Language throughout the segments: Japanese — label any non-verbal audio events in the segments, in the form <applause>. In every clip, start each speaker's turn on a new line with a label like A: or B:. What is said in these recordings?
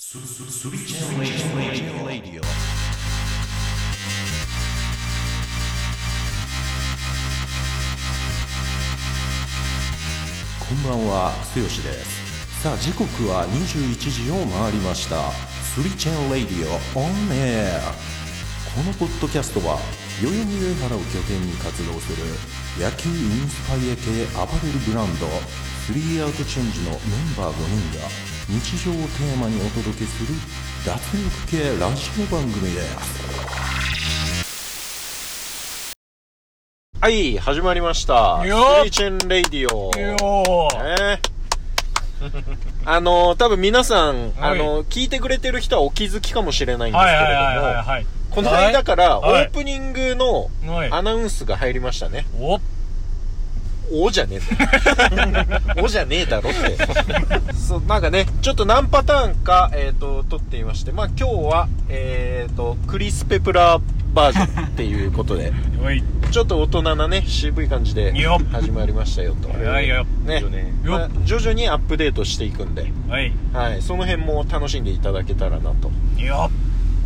A: すすすりちゃんレディオこんばんは、つよしです。さあ、時刻は21時を回りました。スリチェン・レディオ・オンエア。このポッドキャストは、代々木上原を拠点に活動する野球インスパイア系アパレルブランド、スリーアウトチェンジのメンバー5人が日常をテーマにお届けする脱力系ラジオ番組です。
B: はい、始まりました。ス
C: よっ
B: リーチェンレディオ。
C: よー
B: ね <laughs> あの、多分皆さん、
C: は
B: あ
C: い
B: の、聞いてくれてる人はお気づきかもしれないんですけ
C: は
B: れ
C: い
B: ども、
C: はいはいはいはい。
B: この間からオ
C: はい
B: ープニングの
C: はい
B: アナウンスが入りましたね。
C: お
B: おじゃ
C: <laughs>
B: ねえだろ。おじゃねえだろって。そう、なんかね、ちょっと何パターンか、えっ、と、撮っていまして、まあ今日は、えっ、と、クリス・ペプラーバージョンっていうことで、
C: おい。
B: ちょっと大人なね渋い感じで
C: よっ
B: 始まりましたよと
C: 早いよ
B: ね
D: よね
B: まあ徐々にアップデートしていくんで、
C: はい。
B: はい、その辺も楽しんでいただけたらなと
C: よ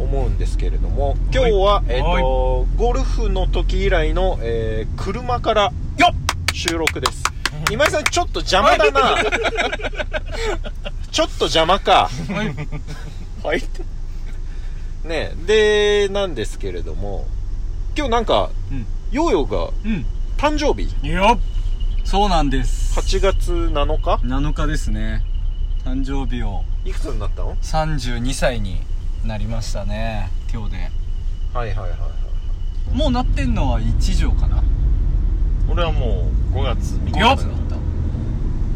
B: 思うんですけれども今日は、えっ
C: はい
B: とゴルフの時以来の、えー車から
C: よっ
B: 収録です今井さんちょっと邪魔だ
C: <laughs>
B: なちょっと邪魔か
C: はい。
B: はいねでなんですけれども今日なんか、
D: うん
B: ヨーヨーが
D: う
B: 誕生日
C: い。よっ
D: ん。そうなんです。
B: 8月7日
D: 7日ですね。誕生日を
B: いくつになったの
D: 32歳になりましたね。今日で。
B: はいはいはいはい
D: もうなってんのは一条かな。
C: 俺はもう5月3
D: よ
C: よ
D: っ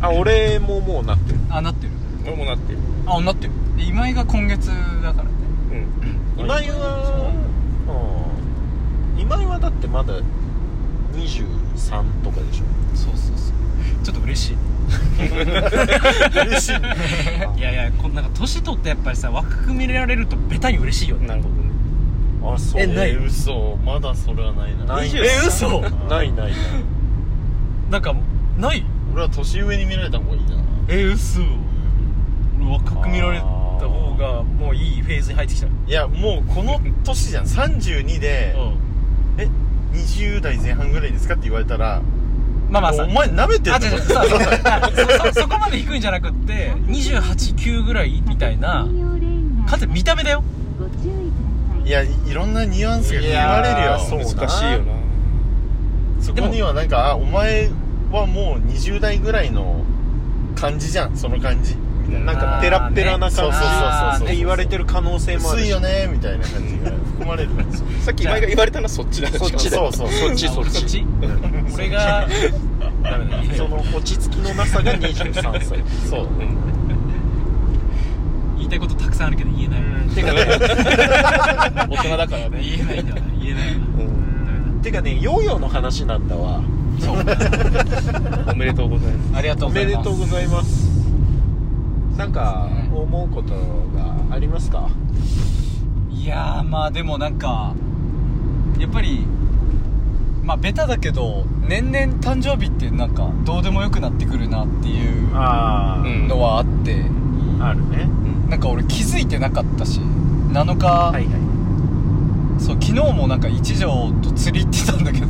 B: あ俺ももうなってる
D: あ、なってる。
C: 俺もなってる。
D: あ、なってる。で今井が今月だからね。
B: うん今井はうん今井はだってまだ23とかでしょ
D: そうそうそう。ちょっと嬉しい。
B: 嬉しい
E: いやいやこうなんか年取ってやっぱりさ若く見られるとベタに嬉しいよね
C: なるほどね。
B: あそう
E: えない
C: えー、嘘。まだそれはないな。
B: ない
C: 20
B: え
E: 嘘
B: ないないない
E: なんかない
C: 俺は年上に見られた方がいいな。
E: え嘘若く見られた方がもういいフェーズに入ってきた
C: いや、もうこの年じゃん。32で、
E: ん
C: え、20代前半ぐらいですかって言われたら、
E: まあまあさ
C: お前舐めてんの
E: あ違う違うそうそうそうそそこまで低いんじゃなくって289ぐらいみたいなかつて見た目だよ
F: ご注意ください
C: いや、いいろんなニュアンスが言われるよ。
B: いやーそうな
C: そこにはなんか、あお前はもう20代ぐらいの感じじゃん、その感じ。みたい
B: な
C: な。
B: んか
E: あー
B: ペラッペラな
C: そうそうそう
B: 感
E: あ
B: じ
C: そう。
B: って言われてる可能性もある
C: 薄
B: し
C: いよね、みたいな感じが含まれるから。そ
G: さっき今井が言われたのはそっちだ
B: そっちだ
C: そうそう、そっち。
E: あそっち俺がダメだいやい
B: そ
E: や
B: の落ち着きのなさが23歳
C: そう。
E: 言いたいことたくさんあるけど言えない <laughs>
B: てかね
G: 大人だからね
E: 言えないんだよな言えないよな
B: てかねヨーヨーの話なんだわ
E: <laughs>
G: おめでとうございま
D: ありがと
B: お
D: うござ
B: め
D: い
B: で
D: ます。
B: とうございますなんか思うことがありますか
D: いやー、まあでもなんか、やっぱり、まあベタだけど、年々誕生日ってなんか、どうでもよくなってくるなっていう
C: あ
G: すうん
D: のはあって、
C: あ、あるね。
D: なんか俺気づいてなかったし、7日、
B: はいはい
D: そう、昨日もなんか一条と釣り行ってたんだけど、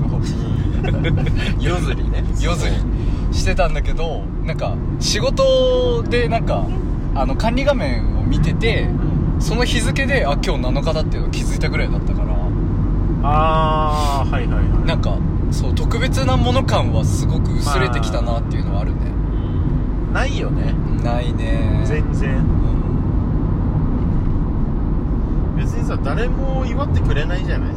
B: <laughs> 夜釣りね
D: <laughs> 夜釣りしてたんだけど、なんか仕事でなんか、あの管理画面を見てて、その日付で、あ、今日7日だっていうの気づいたぐらいだったから、
C: ああ、はいはいは
D: なんかそう特別なもの感はすごく薄れてきたなっていうのはあるね、
B: ないよね
D: ないね
C: 全然。
D: うん
C: 別にさ、誰も祝ってくれないじゃない。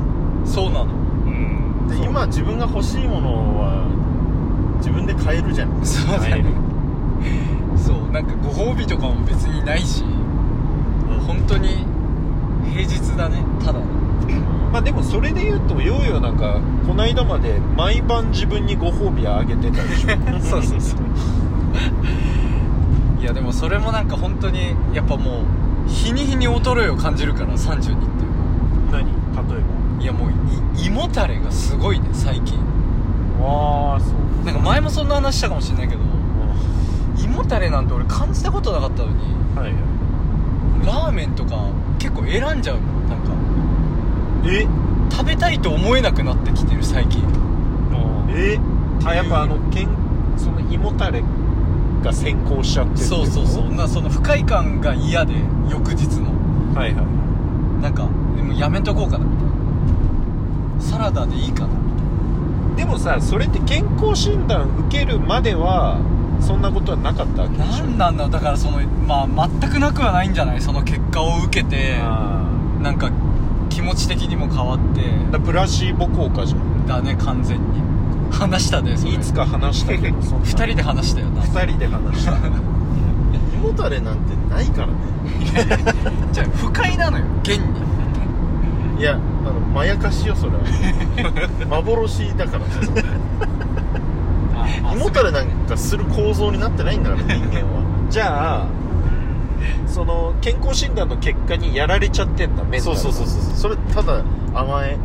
D: そうなの
G: うん
C: で今自分が欲しいものは自分で買えるじゃん
D: そうだねそうなんかご褒美とかも別にないし本当に平日だねただの
B: まあでもそれで言うとヨーヨーなんかこの間まで毎晩自分にご褒美あげてたでしょ
D: <laughs> そうそうそういやでもそれもなんか本当にやっぱもう日に日に衰えを感じるから32っていう
B: 何例え
D: いやもうい胃もたれがすごいね最近
B: ばああそう
D: なんか前もそんな話したかもしれないけど胃もたれなんて俺感じたことなかったのに
B: はいはい
D: ラーメン麺とか結構選んじゃうもんなん
B: え
D: か食べたいと思えなくなってきてる最近
B: えあやっぱあのけんその胃もたれが先行しちゃってるってこ
D: そ
B: と
D: うそうそうなその不快感が嫌で翌日の
B: はいはい
D: なんかでもやめとこうかなみたいなサラダでいいかな
B: でもさそれって健康診断受けるまではそんなことはなかったわけでしょ
D: 何なんだろうだからそのまあ全くなくはないんじゃないその結果を受けて
B: あ
D: なんか気持ち的にも変わって
B: ーだプラシーボ効果じゃん
D: だね完全に話したねそれ
B: いつか話したけどそんな
D: 2人で話したよな
B: 二人で話
C: <laughs>
B: した
C: 胃もたれなんてないからね
D: じゃあ不快なのよ現に
C: いやあのまやかしよそれは幻だからさ胃もたれなんかする構造になってないんだから人間は
B: じゃあその健康診断の結果にやられちゃってんだメンタルが
C: う <laughs> そうそれただ甘 <laughs> え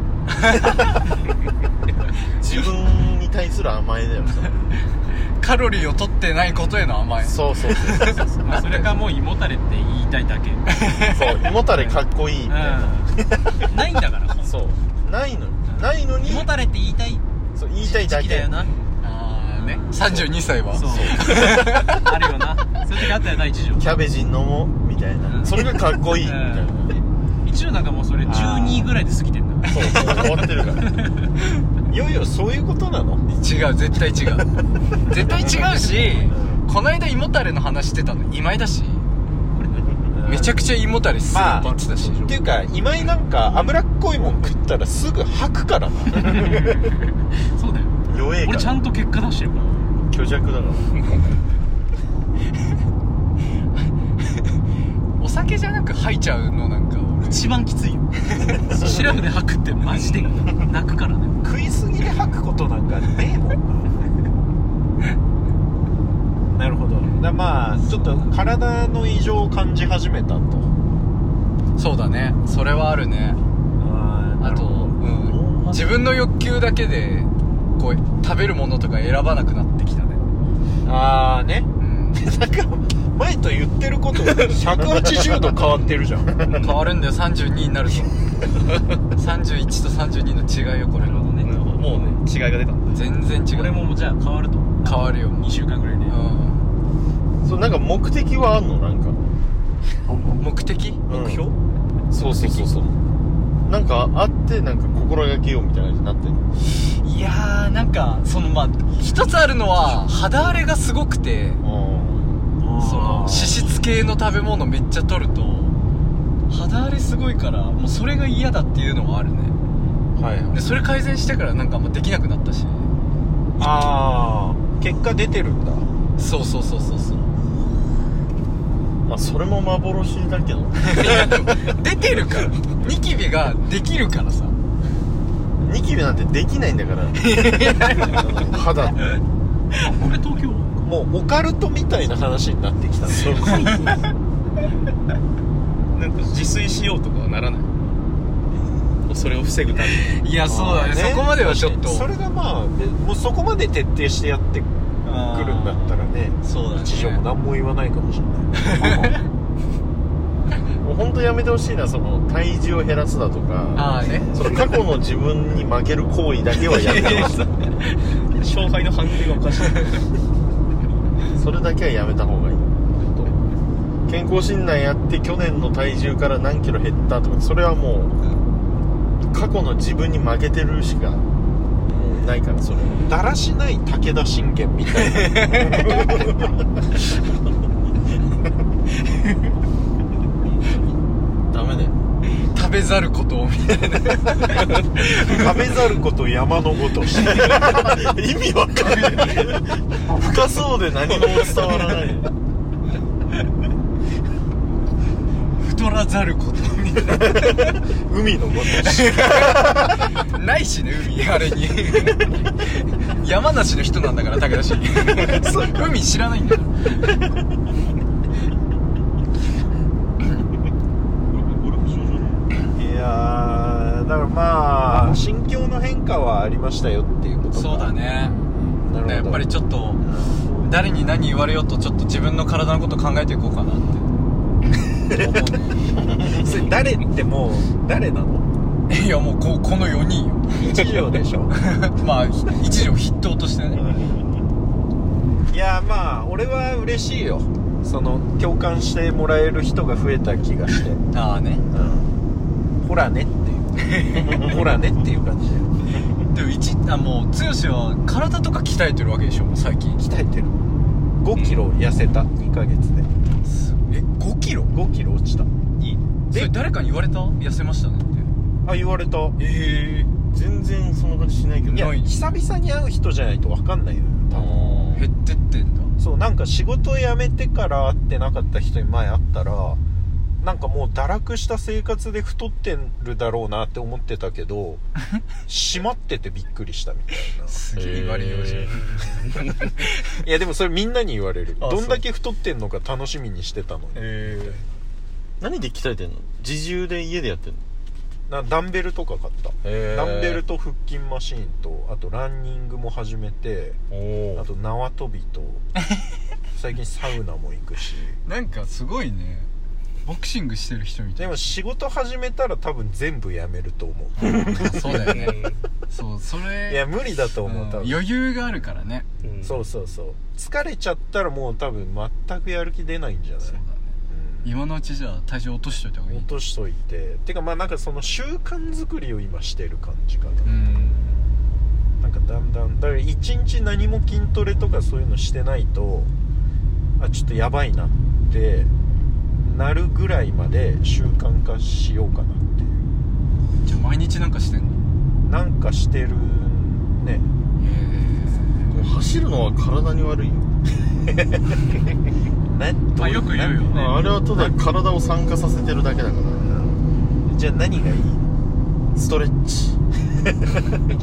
C: 自分に対する甘えだよ
D: カロリーを取ってないことへの甘え
C: そうそうそうそうそう
E: まあそれかもう胃もたれって言いたい
D: <laughs>
E: だけうん
C: そう胃もたれかっこいいみたいな、
E: ないんだからほんと
C: そうないのよないのに
E: 胃もたれって言いたい
C: そう言いたいだ
E: 時
C: け
E: 期だよな
D: ああね32歳は
E: そう <laughs> あるよなそういう時あったよな一条
C: キャベジン飲もうみたいな、
E: うん
C: それがかっこいいみたいな、
E: 一条なんかもうそれ12ぐらいで過ぎてんだ
C: そうそう終わってるから
B: いよいよそういうことなの
D: 違う絶対違う絶対違うしこないだ胃もたれの話してたの今井だしめちゃくちゃ胃もたれするって言ってたし、
B: っていうか今井なんか脂っこいもん食ったらすぐ吐くからな
E: そうだよ
C: 弱えか
E: 俺ちゃ
C: ら
E: んと結果出してるから
C: 虚弱だから
D: お酒じゃなく吐いちゃうのなんか俺
E: 一番き
D: <laughs>
E: ついよ白で吐くってマジで泣くからね
B: 食いすぎで吐くことなんかねえもん
C: <laughs>
B: なるほどだまあちょっと体の異常を感じ始めたと
D: そうだねそれはあるねあ
B: あ
D: と、うん、自分の欲求だけでこう食べるものとか選ばなくなってきたね、
B: あーね
E: <laughs>
D: うん、
B: なんか前と言ってること
C: <laughs>
B: が180度変わってるじゃん
D: 変わるんだよ32になると
E: <laughs>
D: 31と32の違いよこれ
E: なるほどね
G: もうね違いが出た
D: 全然違う
E: 俺もじゃあ変わると
D: 変わるよ
E: 2週間ぐらいね
D: う
C: そうなんか目的はあんのなんか
D: ん目的
C: 目
E: 標
B: そうそうそうそう
C: なんかあってなんか心がけようみたいな感じになってる
D: いやーなんかそのまあ一つあるのは肌荒れがすごくてその脂質系の食べ物めっちゃ取ると肌荒れすごいからもうそれが嫌だっていうのはあるね
B: はいはい
D: でそれ改善してからなんかあんまできなくなったし
B: ああ結果出てるんだ
D: そうそうそうそうそう
C: まあそれも幻だけど
D: いやでも出てる
B: <laughs>
D: からニキビができるからさ
C: ニキビなんてできないんだ <laughs> から肌って
E: これ東京
B: もうオカルトみたいな話になってきたね
G: <laughs> なんか自炊しようとかはならないもうそれを防
B: <laughs>
G: ぐために
D: いやそうだねそこまではちょっと
B: それがまあでもうそこまで徹底してやってくるんだったらね
D: そうだね
B: 一条も何も言わないかもしれない
C: もう本当やめてほしいなその体重を減らすだとか
D: ああね
C: その過去の自分に負ける行為だけはやめてほしい
G: 勝敗の判定がおかしい
C: それだけはやめた方がいい本当健康診断やって去年の体重から何キロ減ったとかそれはもう過去の自分に負けてるしかもうないからそれは
B: だらしない武田信玄みたいな
C: ダメだよ
D: 食べざることをみたい
B: 食べざること山のごとし
C: 意味わかんない深そうで何も伝わら <laughs> ない
D: な太らざることみたい
C: 海のごとし
D: なないしね海あれに山梨の人なんだから武田氏海知らないんだよ
B: いやーだからまあ心境の変化はありましたよっていうことか
D: そうだね
B: なるほど
D: やっぱりちょっと誰に何言われようとちょっと自分の体のこと考えていこうかなって思うね
B: 誰ってもう誰なの
D: <laughs> いやもうここの4人 <laughs> よ
B: 一条でし
D: <laughs>
B: ょ
D: まあ一条筆頭としてね
B: いやまあ俺は嬉しいよその共感してもらえる人が増えた気がして、うん、
D: ああね
B: ほらねって
D: <laughs>
B: いうほらねっていう感じで
D: でも一あもう剛は体とか鍛えてるわけでしょもう最近
B: 鍛えてる5キロ痩せた2ヶ月で
D: え5キロ
B: 5キロ落ちたいい
D: それ
B: で
D: 誰かに言われた痩せましたねって
B: あ言われた
D: え
C: 全然そんな感じしないけど
B: いや
D: ない
B: 久々に会う人じゃないと分かんないのよ多分
D: え減ってってんだ
B: そうなんか仕事を辞めてから会ってなかった人に前会ったらなんかもう堕落した生活で太ってるだろうなって思ってたけど閉まっててびっくりしたみたいな
D: すげえ言われようじゃん、
C: へ
B: いやでもそれみんなに言われる
C: あ
B: どんだけ太ってんのか楽しみにしてたのに
C: え何で鍛えてんの自重で家でやってんの
B: なダンベルとか買った
C: え
B: ダンベルと腹筋マシーンとあとランニングも始めて
C: お
B: あ
C: お
B: と縄跳びと最近サウナも行くし
D: なんかすごいねボクシングしてる人みた
B: で
D: い
B: も仕事始めたら多分全部やめると思う
D: なそうだよねそうそれ
B: いや無理だと思う
D: うん
B: 多分
D: 余裕があるからね
G: うん
B: そうそうそう疲れちゃったらもう多分全くやる気出ないんじゃない
D: そうだね今のうちじゃあ体重落としといた方
B: う
D: が
B: ん
D: いい
B: 落としといててかまあなんかその習慣作りを今してる感じかな、
D: うん
B: なんかだんだんだから一日何も筋トレとかそういうのしてないとあちょっとやばいなってなるぐらいまで習慣化しようかなっていう
D: じゃあ毎日なんかしてんの
B: なんかしてるね
C: 走るのは体に悪いよ
B: ね
D: まあよく言うよね
C: ああれはただ体を酸化させてるだけだから
B: じゃあ何がいい
C: ストレッチ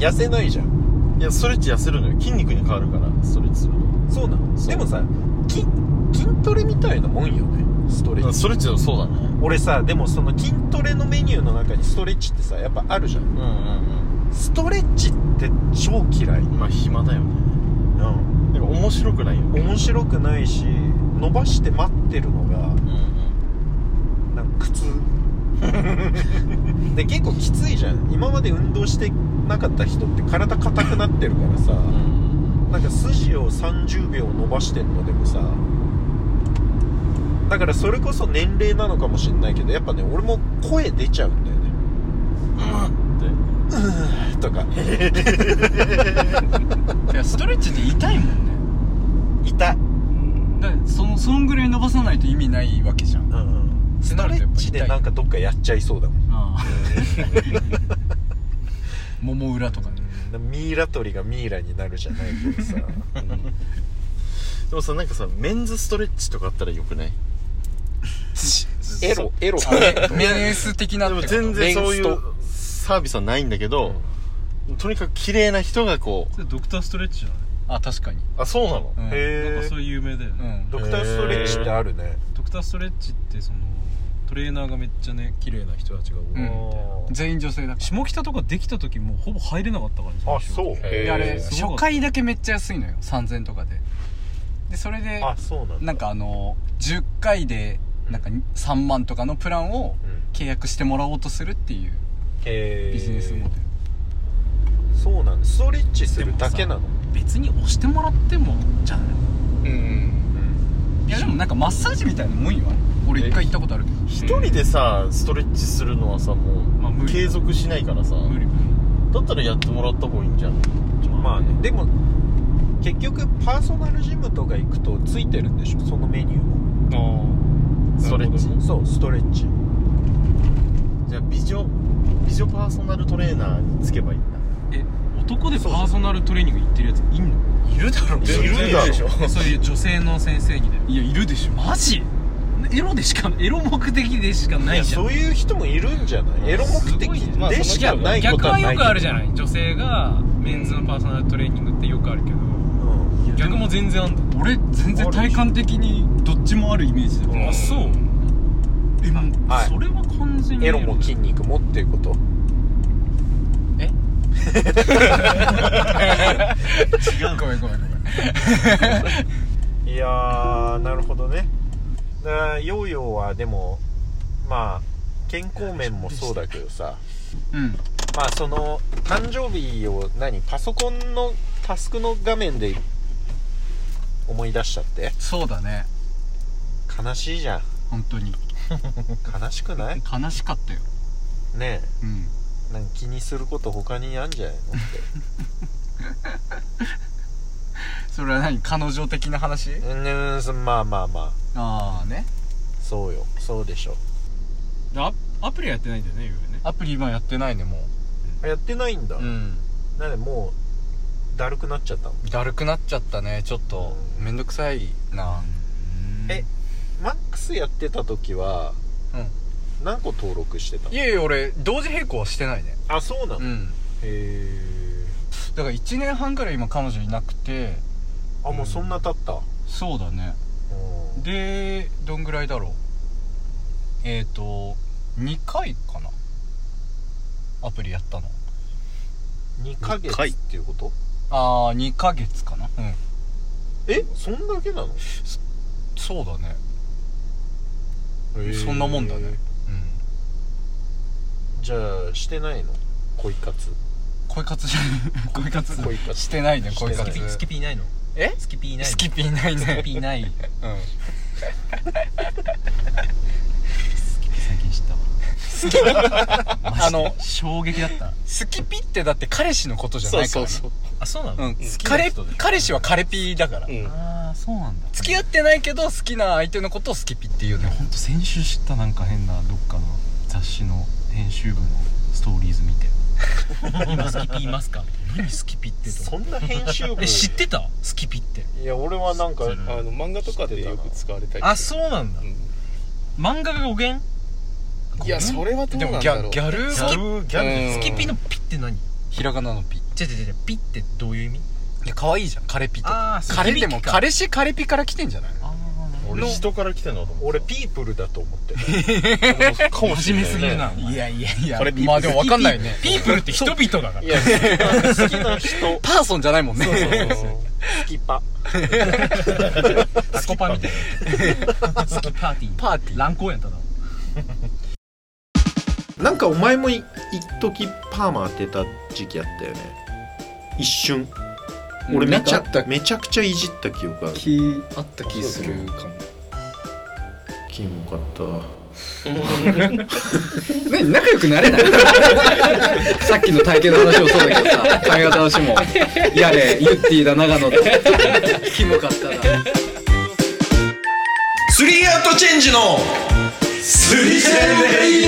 B: 痩せないじゃん
C: いやストレッチ痩せるのよ筋肉に変わるからストレッチする
B: そうなの
C: そう
B: でもさ筋筋トレみたいなもんよねストレ
C: と
B: ッ
C: ス
B: チ
C: トレッチだとそうだね
B: 俺さでもその筋トレのメニューの中にストレッチってさやっぱあるじゃん
C: うんうん
B: ストレッチって超嫌い
C: うんまあ暇だよ
B: う
C: ね
B: ん
C: なんか面白くないよ
B: 面白くないし伸ばして待ってるのが
C: うんうん
B: なんか苦痛で結構きついじゃん今まで運動してなかった人って体硬くなってるからさなんか筋を30秒伸ばしてんのでもさだからそれこそ年齢なのかもしんないけどやっぱね俺も声出ちゃうんだよねうんとか
D: いやストレッチって痛いもんね
B: 痛い、
D: だからそのそんぐらい伸ばさないと意味ないわけじゃん
B: うん、ストレッチでなんかどっかやっちゃいそうだもん
D: ああ <laughs> もも裏とかね
B: ミイラ取りがミイラになるじゃないけど
D: <laughs>
B: さ
C: でもさなんかさメンズストレッチとかあったらよくない
B: エロエロ
D: メンス的な
C: で
D: って
C: も
D: こと
C: 全然そうい
B: メン
C: うサービスはないんだけど、とにかく綺麗な人がこう
E: それドクターストレッチじゃない
D: あ確かに、
C: あそうなの
D: うん
E: なん
B: へ
E: か
B: え
E: それ有名だよ
D: う
E: ね、
D: ん
B: ドクターストレッチってあるね
E: ドクターストレッチってそのトレーナーがめっちゃね綺麗な人たちが多いみたいな、
B: うん
D: 全員女性だか
E: 下北とかできた時もうほぼ入れなかったからね
B: あ
E: 最初
B: そう
D: らであれ
E: すごか
D: 初回
E: った
D: だけめっちゃ安いのよ3000とかででそれで
B: あそうなんだ
D: なんかあの10回でなんか3万とかのプランを
B: うん
D: 契約してもらおうとするっていう
B: へえ
D: ビジネスモデル
B: そうなんだストレッチするだけなの
D: 別に押してもらってもじゃない
G: うん
D: いやでもなんかマッサージみたいなもんよあれ俺一回行ったことあるけど
C: 一人でさストレッチするのはさ
E: まあ
C: も
E: 無
C: う
E: 理
C: 継続しないからさ
E: 無理無
C: だったらやってもらった方がいいんじゃん
E: 理
B: まあねでも結局パーソナルジムとか行くとついてるんでしょそのメニューも
G: あー
C: ストレッチ
G: なるほどね
B: そうストレッチ
C: じゃあ美女美女パーソナルトレーナーにつけばいいんだ
E: え男でパーソナルトレーニング行ってるやついんの
D: いるだろ
C: いるだろ
E: でしょそういう女性の先生にだよ
D: いやいるでしょ
E: マジエロでしかエロ目的でしかない
B: や
E: じゃん
B: そういう人もいるんじゃないエロ目的
E: すごいねま
G: あ
B: でしかないこと
E: 逆
B: は
E: は
B: ない
E: よくあるじゃない女性がメンズのパーソナルトレーニングってよくあるけど
B: うん
E: 逆も全然あんだ
D: 俺全然体感的にどっちもあるイメージだ
E: あそう
D: えもう
B: はい
E: それは完全に
B: エロも筋肉もっていうこと
D: 違うごめんごめんごめん
B: いやーなるほどねだからヨーヨーはでもまあ健康面もそうだけどさ
D: うん
B: まあその誕生日を何パソコンのタスクの画面で思い出したって
D: そうだね
B: 悲しいじゃん
D: 本当に
B: 悲しくない
D: 悲しかったよ
B: ね
D: うん
B: えなんか気にすること他にあんじゃないのって
D: それは何彼女的な話
B: うんうんそまあまあまあ
D: ああね
B: そうよそうでしょ
G: でアアプリはやってないんだよねいろいろね
D: アプリ今やってないねも
B: あやってないんだ、
D: ううん
B: なんでもうだるくなっちゃったの
D: だるくなっちゃったねちょっとめんどくさいな
B: えマックスやってた時は
D: うん
B: 何個登録してたの
D: いやいや俺同時並行はしてないね
B: あそうなの、
D: う
B: へ
D: ん
B: え
D: だから1年半くらい今彼女いなくて
B: あもうそんな経った、
D: そうだね
B: うん
D: でどんぐらいだろうえっ、ー、と2回かなアプリやったの
B: 2ヶ月っていうこと
D: ああ2ヶ月かなうん
B: えそんだけなの
D: そうだねそんなもんだねうん
B: じゃあしてないの恋活
D: 恋活 <laughs> じゃない恋活
B: 恋活
D: してないね恋
B: してない
D: 活
E: スキピーいないの
D: え
E: スキピーいないの
D: スキピーいないね
E: スキピーいな
D: <laughs>
E: い
D: うん
E: スキピー最近知 <laughs> ったわ
D: あの
E: 衝撃だった
D: スキピってだって彼氏のことじゃないからね
G: う
E: あそうなの、
D: うん
E: 好きな
D: 彼
E: 人で
D: 彼氏は彼ピーだから
G: うん
E: ああそうなんだ
D: 付き合ってないけど好きな相手のことをスキピっていうね
E: ほんと先週知ったなんか変などっかの雑誌の編集部のストーリーズ見 <laughs> て今スキピいますか何スキピってと
B: そ
E: 思って
B: んな編集部
E: え <laughs> 知ってたスキピって
B: いや俺はなんか
E: 知ってる
G: あの漫画とかでよく使われたり
E: あそうなんだ
G: うん
E: 漫画が語源
G: いやそれはどう
D: で
G: な
D: も
G: ん
D: ギ
G: だ
D: ャ
G: ろう
D: ギャル
E: スキピ
G: ギャル
E: スキピのピって何
D: ひらがなのピい
E: 違う違う違うピってどういう意味
D: や可愛いじゃん彼ピと
E: あー
D: 彼
E: 響き
D: でも
E: か
D: 彼氏彼ピから来てんじゃない
E: あ
C: 俺
D: の
C: 人から来てんのと思っ
B: 俺ピープルだと思ってる
E: あかもしれすぎるなお前
D: やいやいや
G: 彼ピ
D: まあでも分かんないね
E: ピープルって人々だから
B: いや好きな人
D: <laughs> パーソンじゃないもんね
B: 好きパ
E: タコパみたいな好きパーティー
D: パーティー
E: 乱公園ただ
C: なんかお前もい一時パーマ当てた時期あったよね一瞬俺めちゃめちゃくちゃいじった記憶ある
D: 気あった気するかも
C: キモかった
D: 何仲良くなれないさっきの体型の話もそうだけどさ髪型の話もやれユッティだ長野だキモかったな
A: スリーアウトチェンジのスリセンレイデ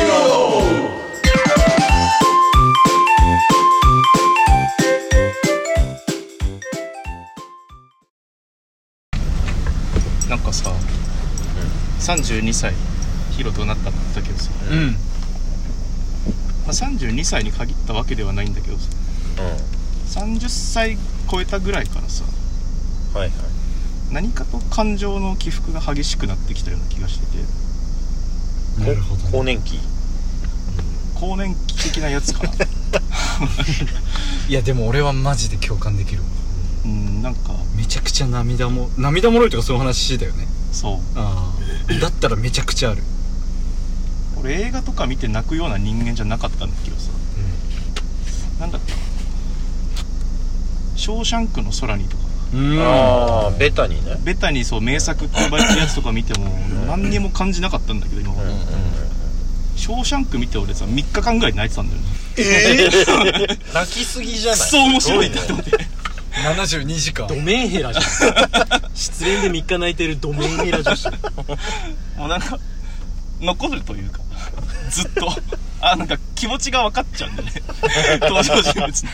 G: なんかさ、32歳ヒロとなったんだけどさ、
D: うん
G: まあ、32歳に限ったわけではないんだけどさ30歳超えたぐらいからさ
C: はいはい
G: 何かと感情の起伏が激しくなってきたような気がしてて
E: なるほど
B: 更年期
G: 更年期的なやつかな
D: いやでも俺はマジで共感できるわ
G: うんなんか
D: めちゃくちゃ涙も涙もろいとかそういう話だよね
G: そう
D: ああだったらめちゃくちゃある
G: 俺映画とか見て泣くような人間じゃなかったんだけどさ、なんだっけ「ショーシャンクの空に」とか
D: うん
B: ああベタにね
G: ベタにそう名作って呼ばれてるやつとか見ても何にも感じなかったんだけど今までショーシャンク見て俺さ3日間ぐらい泣いてたんだよね <laughs>
B: 泣きすぎじゃ
G: ク
B: ない
G: ソ面白いなって思って
D: 72時間
E: ドメンヘラじゃん失恋で3日泣いてるドメンヘラ女子
G: もうなんか残るというかずっとあなんか気持ちが分かっちゃうん
B: <laughs>
G: だね登場人物の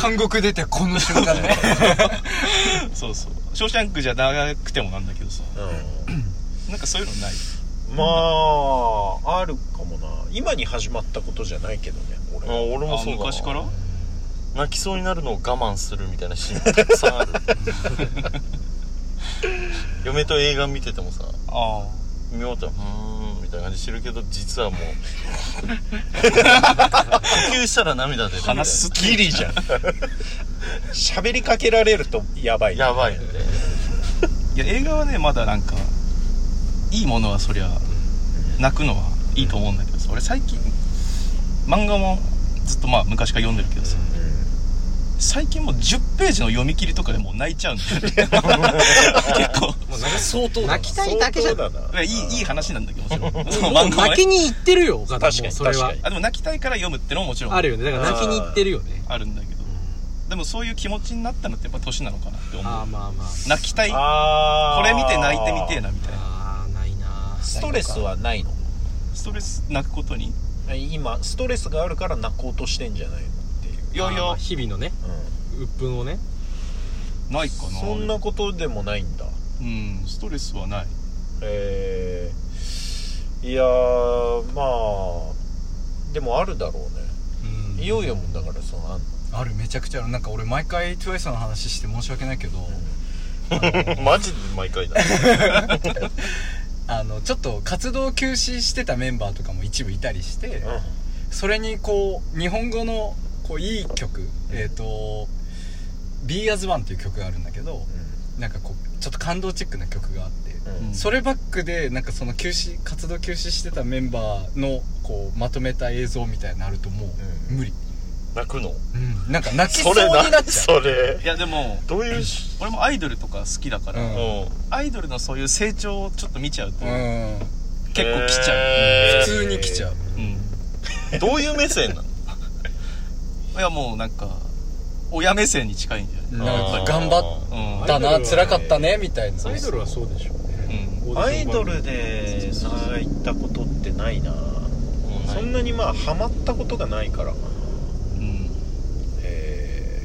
D: 監獄出てこの瞬間ね
G: そうそう「ショーシャンク」じゃなくてもなんだけどさなんかそういうのない
B: うんまああるかもな今に始まったことじゃないけどね俺
C: あ
B: は
C: 俺もそ
G: あ
C: うだ
G: 昔から
C: 泣きそうになるのを我慢するみたいなシーンがたくさ
G: <laughs>
C: んある嫁と映画見ててもさ
G: ああ
C: 見ようとうーんみたいな感じしてるけど実
G: <laughs>
C: はもう呼吸したら涙出るみたいな
G: 話す
B: ギリじゃん喋りかけられるとやばいね
C: やばい
G: <laughs>
C: よね
G: いや映画はねまだなんかいいものはそりゃ泣くのはいいと思うんだけどさ俺最近漫画もずっとまあ昔から読んでるけどさ最近もう10ページの読み切りとかでもう泣いちゃうんだよね <laughs> 結構
B: もうなんか相当
D: 泣きたいだけじゃ
C: 相
D: ん
C: 当だない
G: いいい話なんだけどもちろん
D: <laughs> もう
G: 漫画は
D: 泣き
G: ね
D: に行ってるよ岡田
B: 確かに
D: もうそれは
B: 確
G: あでも泣きたいから読むってのももちろん
D: あるよねだから泣きに行ってるよね
G: あるんだけどでもそういう気持ちになったのってやっぱ年なのかなって思
D: ああ
G: う
D: まあまあ
G: 泣きたいこ
B: あ
G: れ見て泣いてみてえなみたいな
D: あーないな
B: ストレスはないの
G: ストレス泣くことに
B: 今ストレスがあるから泣こうとしてんじゃないのっていう、
G: いやい
D: あー
G: や
D: 日々のね鬱憤をね
G: ないかな
B: そんなことでもないんだ
G: うんストレスはない
B: えー、いやーまあでもあるだろうねいよいよもんだからそのあんの
D: あるめちゃくちゃあるなんか俺毎回 TWICE の話して申し訳ないけ <laughs> ど、
C: マジで毎回だ
D: あのちょっと活動休止してたメンバーとかも一部いたりして、それにこう日本語のこういい曲、えっ、と「Be As One」っていう曲があるんだけど、なんかこうちょっと感動チックな曲があって、
G: うん
D: それバックでなんかその休止活動休止してたメンバーのこうまとめた映像みたいになるともう無理、
C: 泣くの
D: うんなんか泣きそ
C: そう
D: に
C: れな
D: なっちゃう
C: それ
G: いやでも
C: どういうし
G: 俺もアイドルとか好きだから、
D: うん
G: アイドルのそういう成長をちょっと見ちゃうと、
D: うん
G: 結構来ちゃう、
D: 普通に来ちゃう、
G: うん
C: うどういう目線なの
G: いやもうなんか親目線に近いんじゃない
D: なんか頑張
G: うん
D: ったな辛かったねみたいな
B: アイドルはそうでしょ
G: うん
B: アイドルで泣いたことってないなそんなにまあハマったことがないから
G: うん
B: え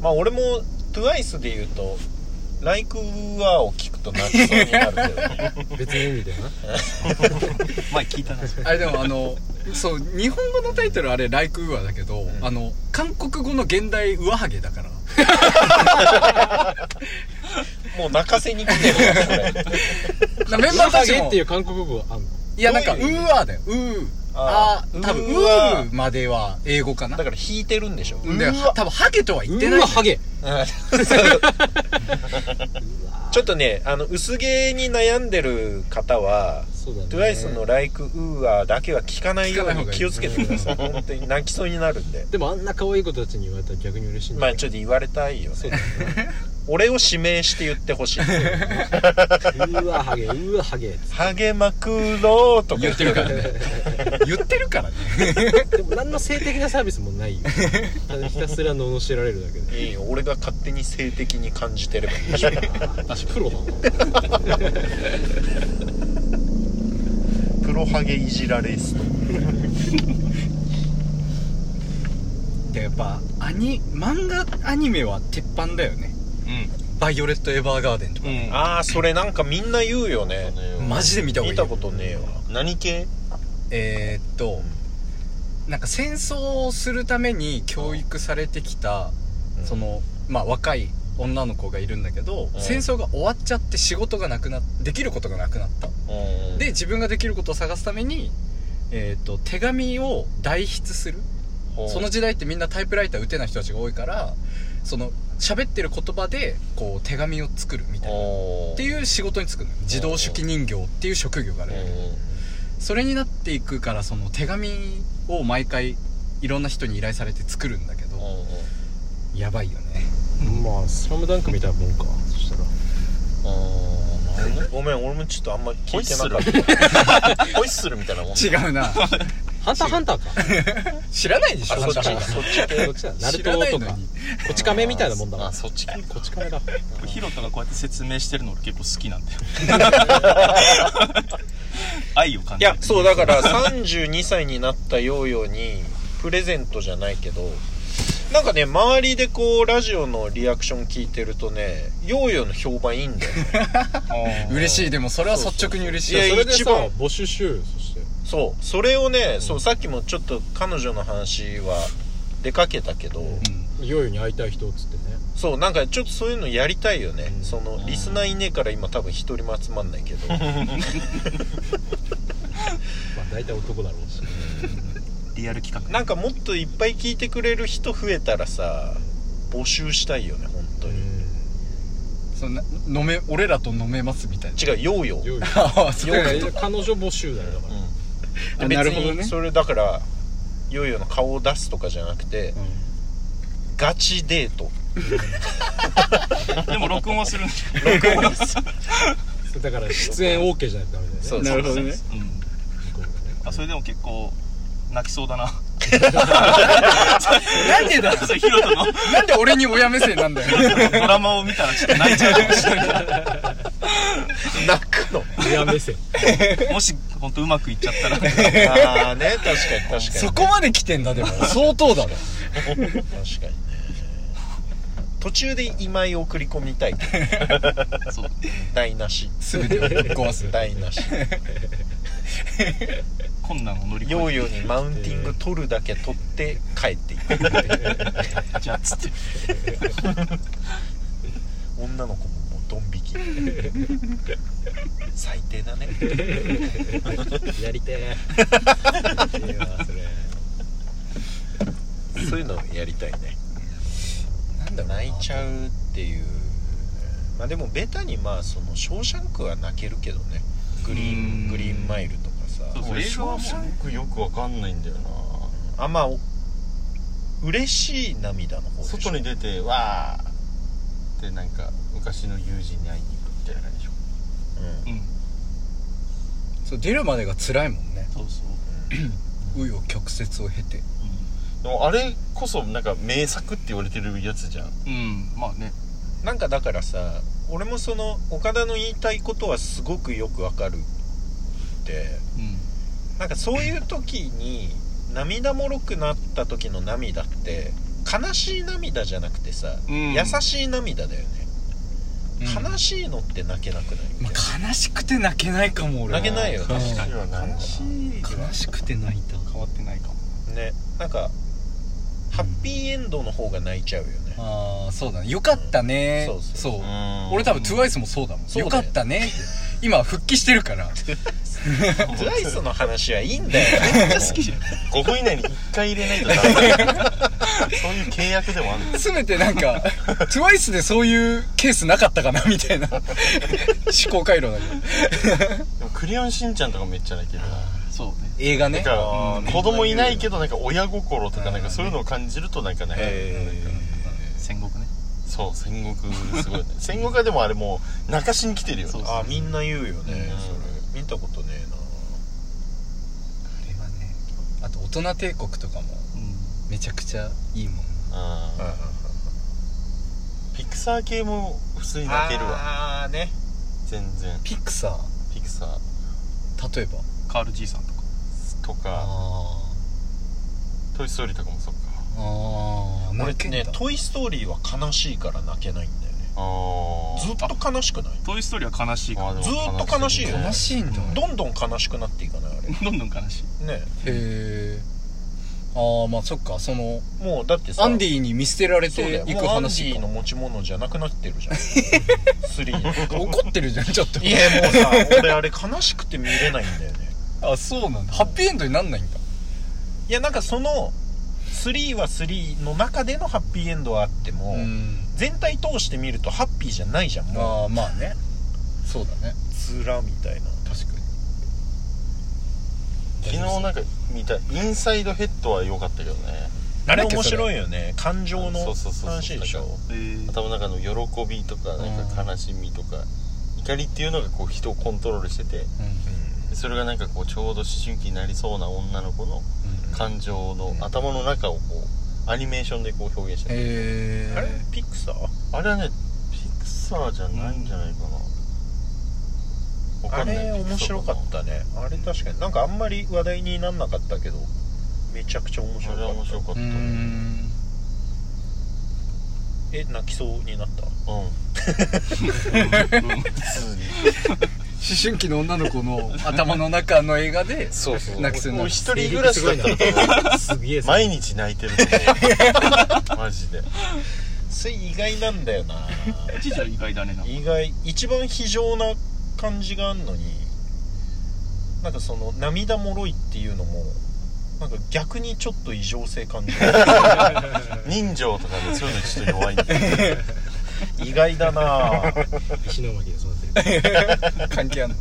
B: ーまあ俺も TWICE で言うと「Like w a を聞くと泣きそうになるけどね
D: 別の意味だよな
G: 前聞いたな
D: あれでもあのそう日本語のタイトルあれ「ライクウーア」だけど、あの韓国語の現代ウワハゲ
B: <laughs>
D: だから
B: もう泣かせに来てるよねこれ
D: なメンバーたちも
F: っていう韓国語あんの
D: いやなんか「ウ
B: どういう意味
D: ーア」だよ「ウー
B: あ
D: あ
B: ー
D: ー多分
B: う
D: 「
B: ー
D: ウ
B: わ
D: ー」までは英語かな
B: だから弾いてるんでしょ
D: で多分ハゲとは言ってな
F: う
D: い
F: わハゲ
B: <laughs> ちょっとねあの薄毛に悩んでる方は
F: そうだね
B: TWICE の「Like w a だけは聞かないよう
D: 聞かない方
B: に
D: がいい
B: 気をつけてください本当に泣きそうになるんで
F: でもあんな可愛い子たちに言われたら逆に嬉しいん
B: ま
F: だ
B: あちょっと言われたいよね俺を指名して言ってほ <laughs> しい
F: うわハゲうわハゲ
B: 励まくろうとか
D: 言ってるからね <laughs> 言ってるからね
F: でも何の性的なサービスもないよただひたすら罵られるだけで
B: いいよ俺が勝手に性的に感じてればいいでしょ
F: プロだ
B: プロハゲいじられす
D: でやっぱアニ漫画アニメは鉄板だよね「バイオレット・エヴァーガーデン」とか
G: うん、うん、
B: ああそれなんかみんな言うよね
D: マジで見た方が
B: 見
D: いい
B: た
D: よ
B: ことねえわ
C: 何系
D: えーっとなんか戦争をするために教育されてきた、そのまあ若い女の子がいるんだけど、戦争が終わっちゃって仕事がなくなっできることがなくなった、で自分ができることを探すために、えーっと手紙を代筆するその時代ってみんなタイプライター打てない人たちが多いからその喋ってる言葉でこう手紙を作るみたいなっていう仕事に就くのよ自動手記人形っていう職業があるんだけどそれになっていくからその手紙を毎回いろんな人に依頼されて作るんだけどやばいよね
F: まあスラムダンクみたいなもんかそしたら
B: ごめん俺もちょっとあんま聞いてなかった
C: ホイッスルみたいなもん
D: 違うな
F: ハンターハンターか
D: 知らないでしょ
B: あそっち
D: あなた
B: そっち系
F: こっちだナル
D: 知らない
F: ト
D: の
F: と
D: に
F: かこち亀みたいなもんだもん
C: あそっち系
F: こち亀だ
G: ヒロトがこうやって説明してるの俺結構好きなんだよ愛を感
B: い
G: じる
B: やそうだから32歳になったヨーヨーにプレゼントじゃないけどなんかね周りでこうラジオのリアクション聞いてるとねヨーヨーの評判いいんだよね
D: <laughs> 嬉しいでもそれは率直に嬉しい
B: いや
D: それで
B: 一
D: さ
B: 番
F: 募集しようよそして
B: そうそれをね、そうさっきもちょっと彼女の話は出かけたけど、
F: いよいよに会いたい人っつってね
B: そうなんかちょっとそういうのやりたいよね、そのリスナーいねえから今多分一人も集まんないけ
F: <laughs>
B: ど <laughs>
F: まあ大体男だろうし
G: リアル企
B: なんかもっといっぱい聞いてくれる人増えたらさ募集したいよね本当に、
D: そんな飲め俺らと飲めますみたいな
B: 違うヨーヨー
D: <laughs>
F: よいよ
D: ああそう
F: いやいや彼女募集だよだから、
B: 別
E: なるほど
B: に
E: ね
B: それだからヨーヨーの顔を出すとかじゃなくて、ガチデート
G: でも録音はするんで
F: だから出演 OK じゃないとダメだよね
B: そう
E: なるほどね
G: うん
F: 向こうがね
G: あそれでも結構泣きそうだな
D: なんでだ
G: それヒロトの
D: なんで俺に親目線なんだ
G: <laughs>
D: よ
G: ドラマを見たらちょっと泣いちゃうかもしれない
B: 泣くの
F: 親目線
G: もし本当うまくいっちゃったら
B: ああね確か
E: <laughs>
B: に確かに
D: そこまで来てんだでも <laughs> 相当だね
B: 確かに途中で今井を送り込み
E: <laughs>
B: たい
G: そう
B: 台無し
D: すべてをぶっ
B: <laughs>
D: 壊す
B: 台無し
G: 困難を乗り越
B: ヨー
G: え
B: ヨーにマウンティング取るだけ取って帰っていく
G: てじゃあつって
B: <laughs> 女の子ももうドン引き最低だ <laughs> ね
F: やりてえいいわそれ
B: <laughs> そういうのやりたいねなんだ泣いちゃうっていうまあでもベタにまあその「ショーシャンク」は泣けるけどねグリー
G: う
B: ン
G: ん
B: グリーンマイルとかさ
G: そうそう
C: 俺
G: 映
C: シ
G: 画
C: ョ
G: は
C: ー
G: も
C: シャンクよくわかんないんだよな
B: あんまあお嬉しい涙の方でしょ
C: 外に出てわーってなんか昔の友人に会いに行くみたいな感じでしょ
G: ううん
D: そう出るまでが辛いもんね
G: そうそう
D: 紆余曲折を経て
C: でもあれこそなんか名作って言われてるやつ
G: <laughs>
C: じゃん
G: うんまあね
B: なんかだからさ俺もその岡田の言いたいことはすごくよくわかるって
G: うん
B: なんかそういう時に涙もろくなった時の涙って悲しい涙じゃなくてさ、
G: うん
B: 優しい涙だよね、
D: うん
B: 悲しいのって泣けなくない、
D: まあ、悲しくて泣けないかも俺は
B: 泣けないよ
D: うん
B: 確
C: かに悲し
G: い
D: 悲しくて泣いた
G: 変わってないかも
B: ねなんかハッピーエンドの方が泣いちゃうよね、
D: ああそうだねよかったね
B: そうそう
D: そう
C: うん
D: 俺多分 TWICE もそうだもん
B: そうだよ
D: よかったねって今復帰してる <laughs> から
B: トゥワイスの話はいいんだよめっちゃ好きじゃん
C: 5分以内に1回入れないとダメそういう契約でもあるんだ
D: 全てなんか TWICE でそういうケースなかったかなみたいな思考回路だけど
C: でもクレヨンしんちゃんとかめっちゃ泣けるな
G: そうね
D: 映画ね
C: なんか
G: あー
C: 子供いないけどなんか親心とかなんかそういうのを感じるとなんかね、
G: 戦国ね
C: そう戦国すごいね戦国はでもあれもう泣かしに来てるよね
G: そう
B: あみんな言うよね、
C: うん
B: それ見たことねえな
D: あれはねあと大人帝国とかも
G: うん
D: めちゃくちゃいいもん
C: うん
B: はいはいはい
C: ピクサー系も普通に泣けるわ
B: ああね
C: 全然
D: ピクサー
C: ピクサー
D: 例えば
G: カール爺さんと
C: と
G: か
C: か
D: あ
C: 「トイ・ストーリー」とかもそっか
D: ーあー
B: 俺
D: 泣けんだ
B: ね「トイ・ストーリー」は悲しいから泣けないんだよね
C: あ
B: ずっと悲しくない
G: 「トイ・ストーリー」は悲しいか
B: ずーっと悲しいよ
D: 悲しいんだへ
B: どんどん悲しくなっていかないあれ
G: らどんどん悲しい
B: ね
D: えああまあそっかその
B: もうだってさ
D: アンディに見捨てられ
B: そうだ
D: て
B: よ
D: い <laughs>
B: も
D: く
B: うアンデ
D: 話
B: ィ
D: か
B: の持ち物じゃなくなってるじゃんスリー
D: <laughs> 怒ってるじゃんちょっ
B: <laughs>
D: と
B: いやもうさ俺あれ悲しくて見れないんだよね
D: あそうなんだハッピーエンドになんないんだ
B: いやなんかその3は3の中でのハッピーエンドはあっても、
D: ん
B: 全体通して見るとハッピーじゃないじゃんも
D: まあまあねそうだね
B: うつらみたいな
D: 確かに
C: 昨日なんか見た「インサイドヘッド」は良かったけどね
B: あ
D: だ
B: れ
D: っけ
B: 面
D: そ
B: 白いよね感情の
C: そうそうそうそう
B: 話でしょ
G: えー
C: 頭の中の喜びとかなんか悲しみとか怒りっていうのがこう人をコントロールしててでそれがなんかこうちょうど思春期になりそうな女の子の感情の
B: うん
C: 頭の中をこうアニメーションでこう表現してて
D: へ
B: あれ
D: え
B: ピクサー
C: あれはねピクサーじゃないんじゃないかな、わ
B: あ
C: かんない
B: れ面白かっ
C: ピク
B: たねあれ確かになんかあんまり話題になんなかったけどめちゃくちゃ面
C: サ
B: 白か
C: ーかなあれは面
B: った
C: 白かった、
D: う
C: うん
D: ん
B: え泣きそうになった
D: 思春期の女の子の頭の中の映画で
C: そうそう
D: 泣きそうになる
C: もう一人暮らしだったら
F: すげえさ
C: 毎日泣いてると思うマジで
B: それ意外なんだよ <laughs> な
G: 一時は意外だねなんか
B: 意外一番非常な感じがあんのになんかその涙もろいっていうのもなんか逆にちょっと異常性感じ <laughs> る
C: 人情とかでそういうのちょっと弱いんだよ
G: <laughs>
B: 意外だな <laughs>
F: 石巻で育てる
D: 関係ある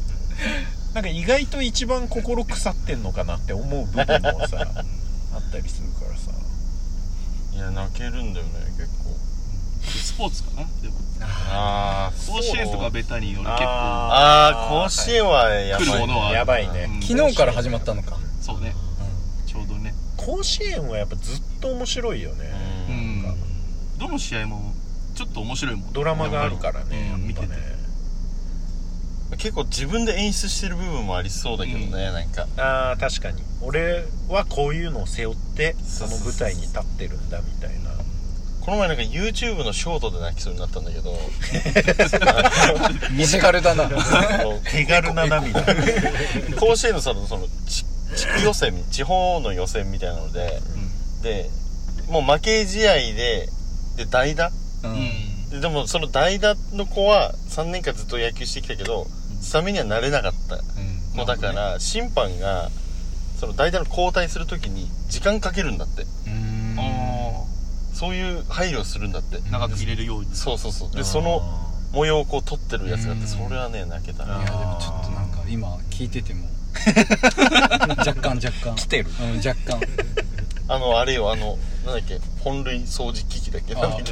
B: なんか意外と一番心腐ってんのかなって思う部分もさあったりするからさ
C: いや泣けるんだよね結構
G: スポーツかなでも
C: ああ
G: 甲子園とかベタに俺結構
C: ああ甲子園はやばい
G: 来るものはある
B: やばいね
G: うん
D: 昨日から始まったのか
G: そうねちょうどね
B: 甲子園はやっぱずっと面白いよね、
G: うんどの試合もちょっと面白いもん
B: ドラマがあるからね、
G: うん
B: やっぱ
G: 見て
B: ね
G: て
C: 結構自分で演出してる部分もありそうだけどね、
G: うん
C: なんか
B: ああ確かに俺はこういうのを背負って
C: そ
B: そう
C: そ
B: の
C: うそう
B: 舞台に立ってるんだみたいな
C: この前なんか YouTube のショートで泣きそうになったんだけ
G: <laughs>
C: ど
D: ミュージカルだな
B: 手軽な <laughs> 涙
C: 甲子園のさその地地区予選地方の予選みたいなので、でもう負け試合でで代打
G: うん
C: ででもその代打の子は3年間ずっと野球してきたけどスタメンにはなれなかった
G: ん
C: 子だから、審判がその代打の交代するときに時間かけるんだって
G: あ
C: そういう配慮をするんだって
G: あ長く入れるように
C: そうそうそうでその模様をこう撮ってるやつがあってそれはね泣けた
D: いやで
C: な
D: もちょっとなんか今聞いてて
F: <laughs>
D: も若干若干来てる、うん、若干
C: あのあれよあのなんだっけ本類掃除機器だっけなんだっけ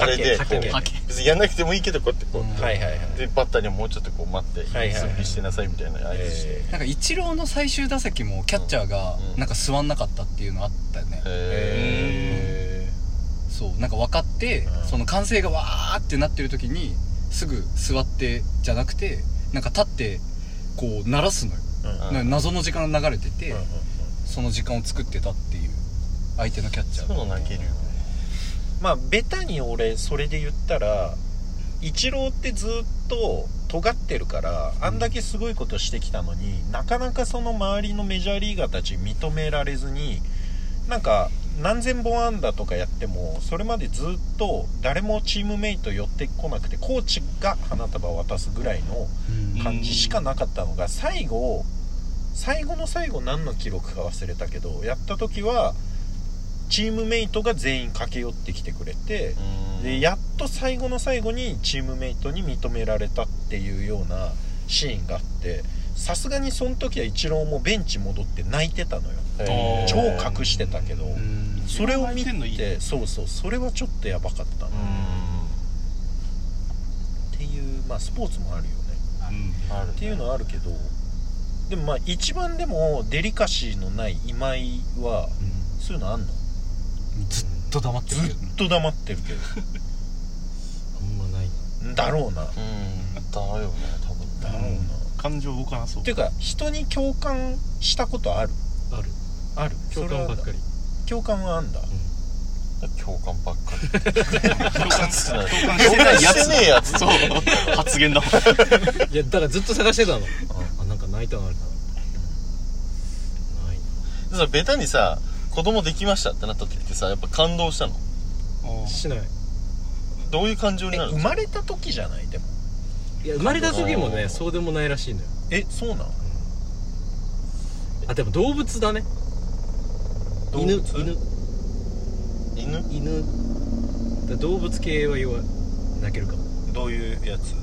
C: あれでこ
G: ハケ
C: う別にやんなくてもいいけどこうやってこうやって
B: はいはいはい
C: でバッターにはもうちょっとこう待って
B: はいはい
C: 準備してなさいみたいな合図して
B: え
D: なんかイチローの最終打席もキャッチャーが
C: うん
D: なんか座んなかったっていうのあったよね、
C: へ
D: そうなんか分かって、その歓声がわーってなってる時にすぐ座ってじゃなくてなんか立ってこう鳴らすのよ、
C: ー
D: なんか謎の時間が流れてて、
C: うんうん
D: その時間を作ってたっていう相手のキャッチャー
C: そういう
D: が
C: の泣けるよね
B: ーまあベタに俺それで言ったらイチローってずっと尖ってるからあんだけすごいことしてきたのになかなかその周りのメジャーリーガーたち認められずになんか何千本安打とかやってもそれまでずっと誰もチームメイト寄ってこなくてコーチが花束を渡すぐらいの感じしかなかったのが最後最後の最後何の記録か忘れたけどやった時はチームメイトが全員駆け寄ってきてくれてでやっと最後の最後にチームメイトに認められたっていうようなシーンがあってさすがにその時はイチローもベンチ戻って泣いてたのよ
C: へー
B: 超隠してたけどそれを見
G: 一番泣いてんのいい
B: てそうそうそれはちょっとやばかったなっていうまあスポーツもあるよね
C: ある
B: っていうのはあるけどでもまあ一番でもデリカシーのない今井はそういうのあんの
D: ずっと黙ってる
B: ずっと黙ってるけ
F: あんまない
B: どだろうな
C: うんだよね多分
B: だろうな、
G: 感情動かなそう
B: っていうか人に共感したことある
F: ある
B: ある
F: 共感ばっかり
B: り共感はあんだ
C: 共感ばっかり
G: 共感してない共感
C: 共感してねえやつ
G: そう発言だもん
F: いやだからずっと探してたのあなんか泣いたのあるかなない
C: <laughs> でさベタにさ子供できましたってなった時ってさやっぱ感動したの
F: なしない
C: どういう感情
B: え
C: になる
B: 生
C: の
B: まれた時じゃないでも
F: いや生まれた時もねそうでもないらしいのよ
B: えそうなん
F: あでも動物だね犬
B: 動物
F: 犬
C: 犬
F: 犬だ動物系は弱い泣けるかも
B: どういうやつ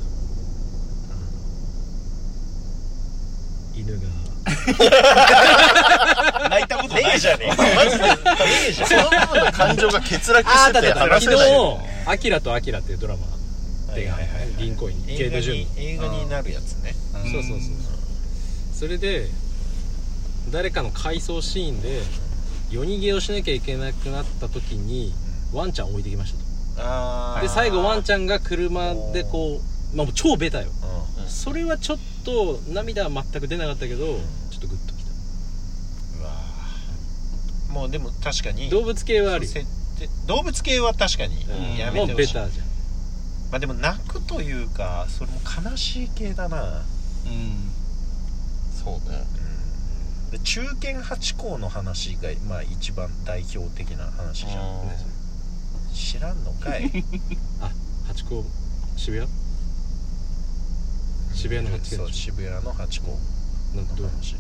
F: 犬が
G: 泣いたことないじゃね
C: その部分の感情が欠落してて話せ
F: 昨
C: ないよ
F: 日「アキラとアキラ」っていうドラマ
B: は
F: で
B: いはいはい
F: 銀行員
B: 映
F: 池
B: 画
F: 田
B: に
F: 純
B: 映画になるやつね
F: そうそうそうそれで誰かの回想シーンで夜逃げをしなきゃいけなくなった時にワンちゃんを置いてきましたと
B: あ
F: で最後ワン
B: チ
F: ちゃんが車でこうまあもう超ベタよそれはちょっと涙は全く出なかったけどちょっとグッときた
B: ャンもうでも確かに
F: 動物系はあるよ
B: 設定動物系は確かに
F: うん
B: やめ
F: も
B: てほ
F: うベ
B: しい、ま
F: タじゃん
B: あ、でも泣くというかそれも悲しい系だな、
C: そうね
B: うん、で中堅八高の話が、まあ、一番代表的な話じゃん、知らんのか
F: <laughs>
B: い
F: ハチ公渋谷渋谷の八
B: そ
F: 公
B: う渋谷の八高
F: なんかどう
B: の話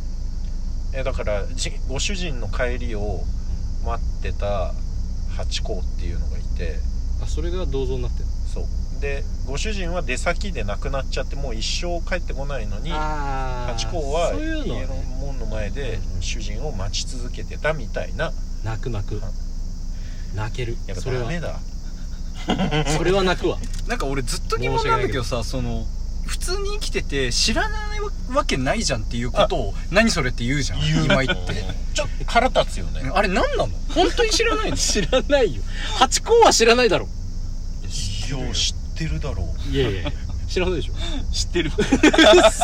B: えだからじご主人の帰りを待ってた八高っていうのがいて
F: あそれが銅像になってる
B: そうでご主人は出先で亡くなっちゃってもう一生帰ってこないのに
F: あ
B: ハチ公は
F: そういうのは
B: 家の
F: ね
B: 門の前で主人を待ち続けてたみたいな
F: 泣く泣く泣ける
B: やっぱ
F: それ
B: ダ
F: は
B: メだ
F: それは泣くわ
D: なんか俺ずっと疑問なんだけどさその普通に生きてて知らないわけないじゃんっていうことを何それって言うじゃん今言
F: <laughs>
D: って
B: ちょっと腹立つよね
D: あれ何なの本当に知らないの
F: 知らないよハチ公は知らないだろ
B: いや知ってるだろう
F: いやいや知らないでしょ
G: 知ってる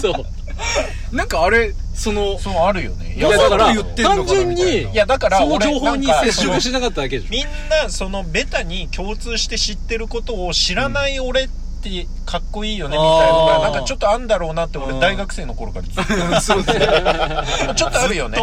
F: そう
D: なんかあれその
G: そうあるよねい
F: いやだから
D: 言ってんのかな
F: 単純
D: みたい
F: に
D: ない
G: やだから
F: その
G: 俺
F: 情報に
G: なんか
F: 接触しなかっただけで
B: <laughs>
F: しょ
B: みんなそのベタに共通して知ってることを知らない俺ってかっこいいよねみたいなの
D: あ
B: が
D: ー
B: なんかちょっとあんだろうなって
D: う
B: 俺
D: ん
B: 大学生の頃からずっ
D: そうね
B: とちょっとあるよね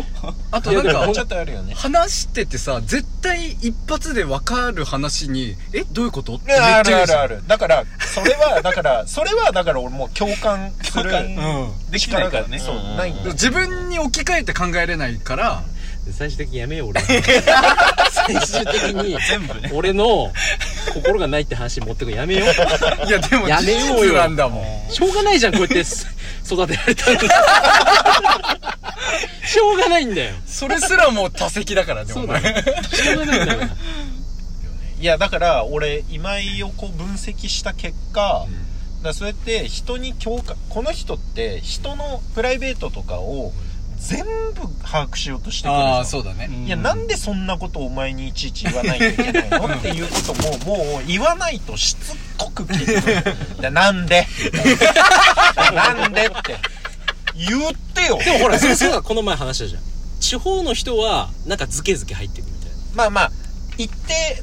D: あとなん
F: <laughs> いやだ
D: か
F: から
B: ちょっとあるよね
D: 話しててさ絶対一発で分かる話に「えどういうこと?」ってめっちゃ
B: ある
D: 言
B: あ
D: うじ
B: る
D: ゃん
B: あるだからそれはだからそれはだから俺もう共感する
G: 共感
B: できないからねそうないんだ
D: 自分に置き換えて考えれないから
F: 最終的にやめよう俺
B: <laughs>
F: 最終的に
G: 全部ね
F: 俺の心がないって話に持ってくのやめよ
B: <laughs>
F: う
D: いやでも
F: や
D: 事
F: めようよ
D: 実なんだもん
F: しょうがないじゃんこうやってす育てられ
B: <laughs>
F: たのしょうがないんだよ
D: それすらもう多席だからね
F: そ
D: お
F: うだ
D: 前
F: よ
D: <laughs>
F: しょうがないんだよ
B: いやだから俺今井をこう分析した結果、だからそうやって人に共感この人って人のプライベートとかを全部把握しようとしてくるじゃん
D: ああそうだね
B: いや、なんでそんなことをお前にいちいち言わないといけないのっていうことも、もう言わないとしつこく聞いてくる。でなん
F: <laughs>
B: でなんでって。言ってよ。
F: でもほら先生がこの前話したじゃん地方の人はなんかズケズケ入ってくるみたいな
B: まあまあ、一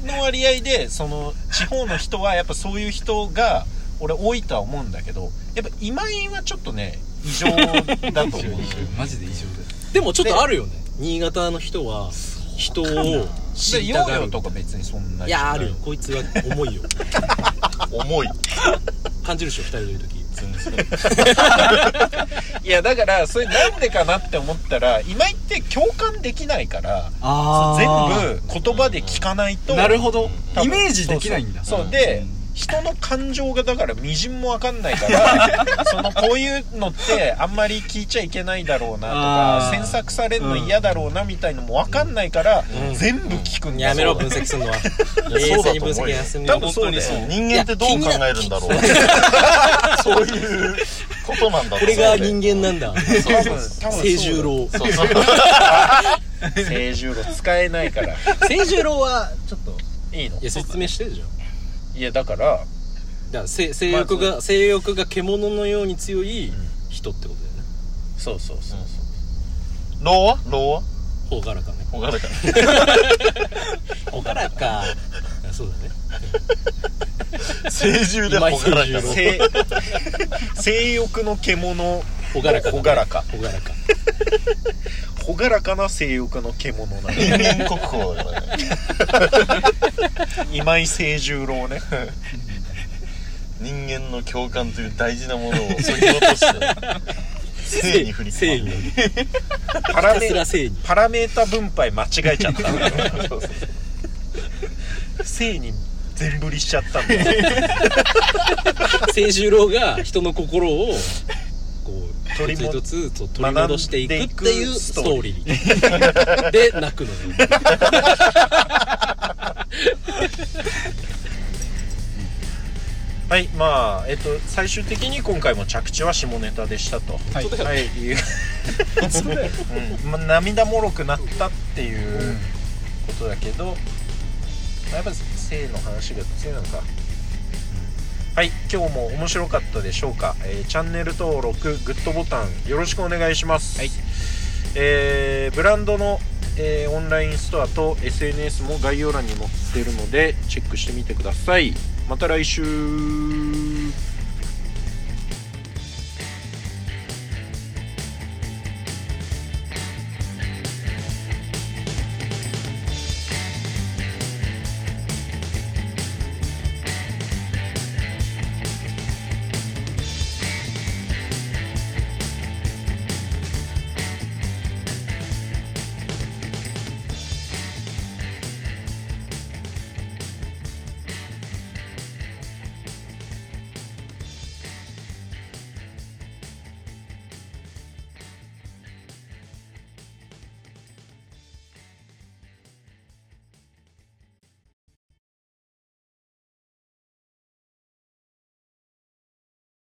B: 定の割合で、その、地方の人はやっぱそういう人が、俺多いとは思うんだけど、やっぱ今井はちょっとね、異常だと思う。
D: マジで異常だよ
F: でもちょっとあるよね新潟の人は人を <laughs> 知
B: で、
F: り
B: ヨ
F: た
B: ー
F: が
B: ヨ
F: る
B: ーとか別にそんないじゃ
F: や
B: な
F: あるよこいつは重いよ <laughs>
C: 重い
F: 感じるでしょ二人でいる時
B: いや、だから、それなんでかなって思ったら、今井って共感できないから、全部言葉で聞かないと
D: なるほど
B: 多分
D: イメージできないんだ
B: そうそうそうで人の感情がだからみじんもわかんないから
D: <laughs>
B: そのこういうのってあんまり聞いちゃいけないだろうなとか
D: あー
B: 詮索されるの嫌だろうなみたいのもわかんないから、
F: ん
B: 全部聞くんだ
F: やめろ
B: そう
F: 分析するのは冷
C: そう
F: 静
C: だ
F: に
C: と
F: 分
C: 思う
F: 析
C: よ
F: 休み
B: 多分そうだよ
C: 人間ってどう考えるんだろうそういうことなんだ
F: これが人間なん
D: <laughs>
F: だ
B: 多分多分
F: 清十郎
C: そうそう
B: 清十郎使えない
D: <laughs>
B: から
F: 清十郎はちょっと
B: いいの
F: いや説明してるじゃん
B: いやだから
F: だから性性欲が性欲が獣のように強い人ってことだよね
B: そうそうそう
C: ローはローは
F: ほがらかね
C: ほがらか
F: ほがらかそうだね
C: 成獣でほがらか
B: 性性欲の獣
F: ほがらか
B: ほがらか
F: ほがらか
B: ほがらかな性欲の獣なの
C: 人間国宝だからね
B: 今井清十郎ね
C: 人間の共感という大事なものを削ぎ落として性に振り
F: 正義
C: 込
F: ひ
B: パ
F: た
B: ラメ
F: すら正義
B: パラメータ分配間違えちゃったんだよ
C: そうそう
B: 性に全振りしちゃったんだよ
F: 清十郎が人の心をこう
B: 取
F: 一
B: り
F: つ
B: も
F: 一つと取り戻していくっていうストーリーで泣くのよ
B: はいまあえっと最終的に今回も着地は下ネタでしたとはい、いううんまあ、涙もろくなったっていうことだけど、まあやっぱ性の話が強いのかはい今日も面白かったでしょうか、えーチャンネル登録グッドボタンよろしくお願いします、はいえーブランドの、えーオンラインストアと SNS も概要欄に載っているのでチェックしてみてくださいまた来週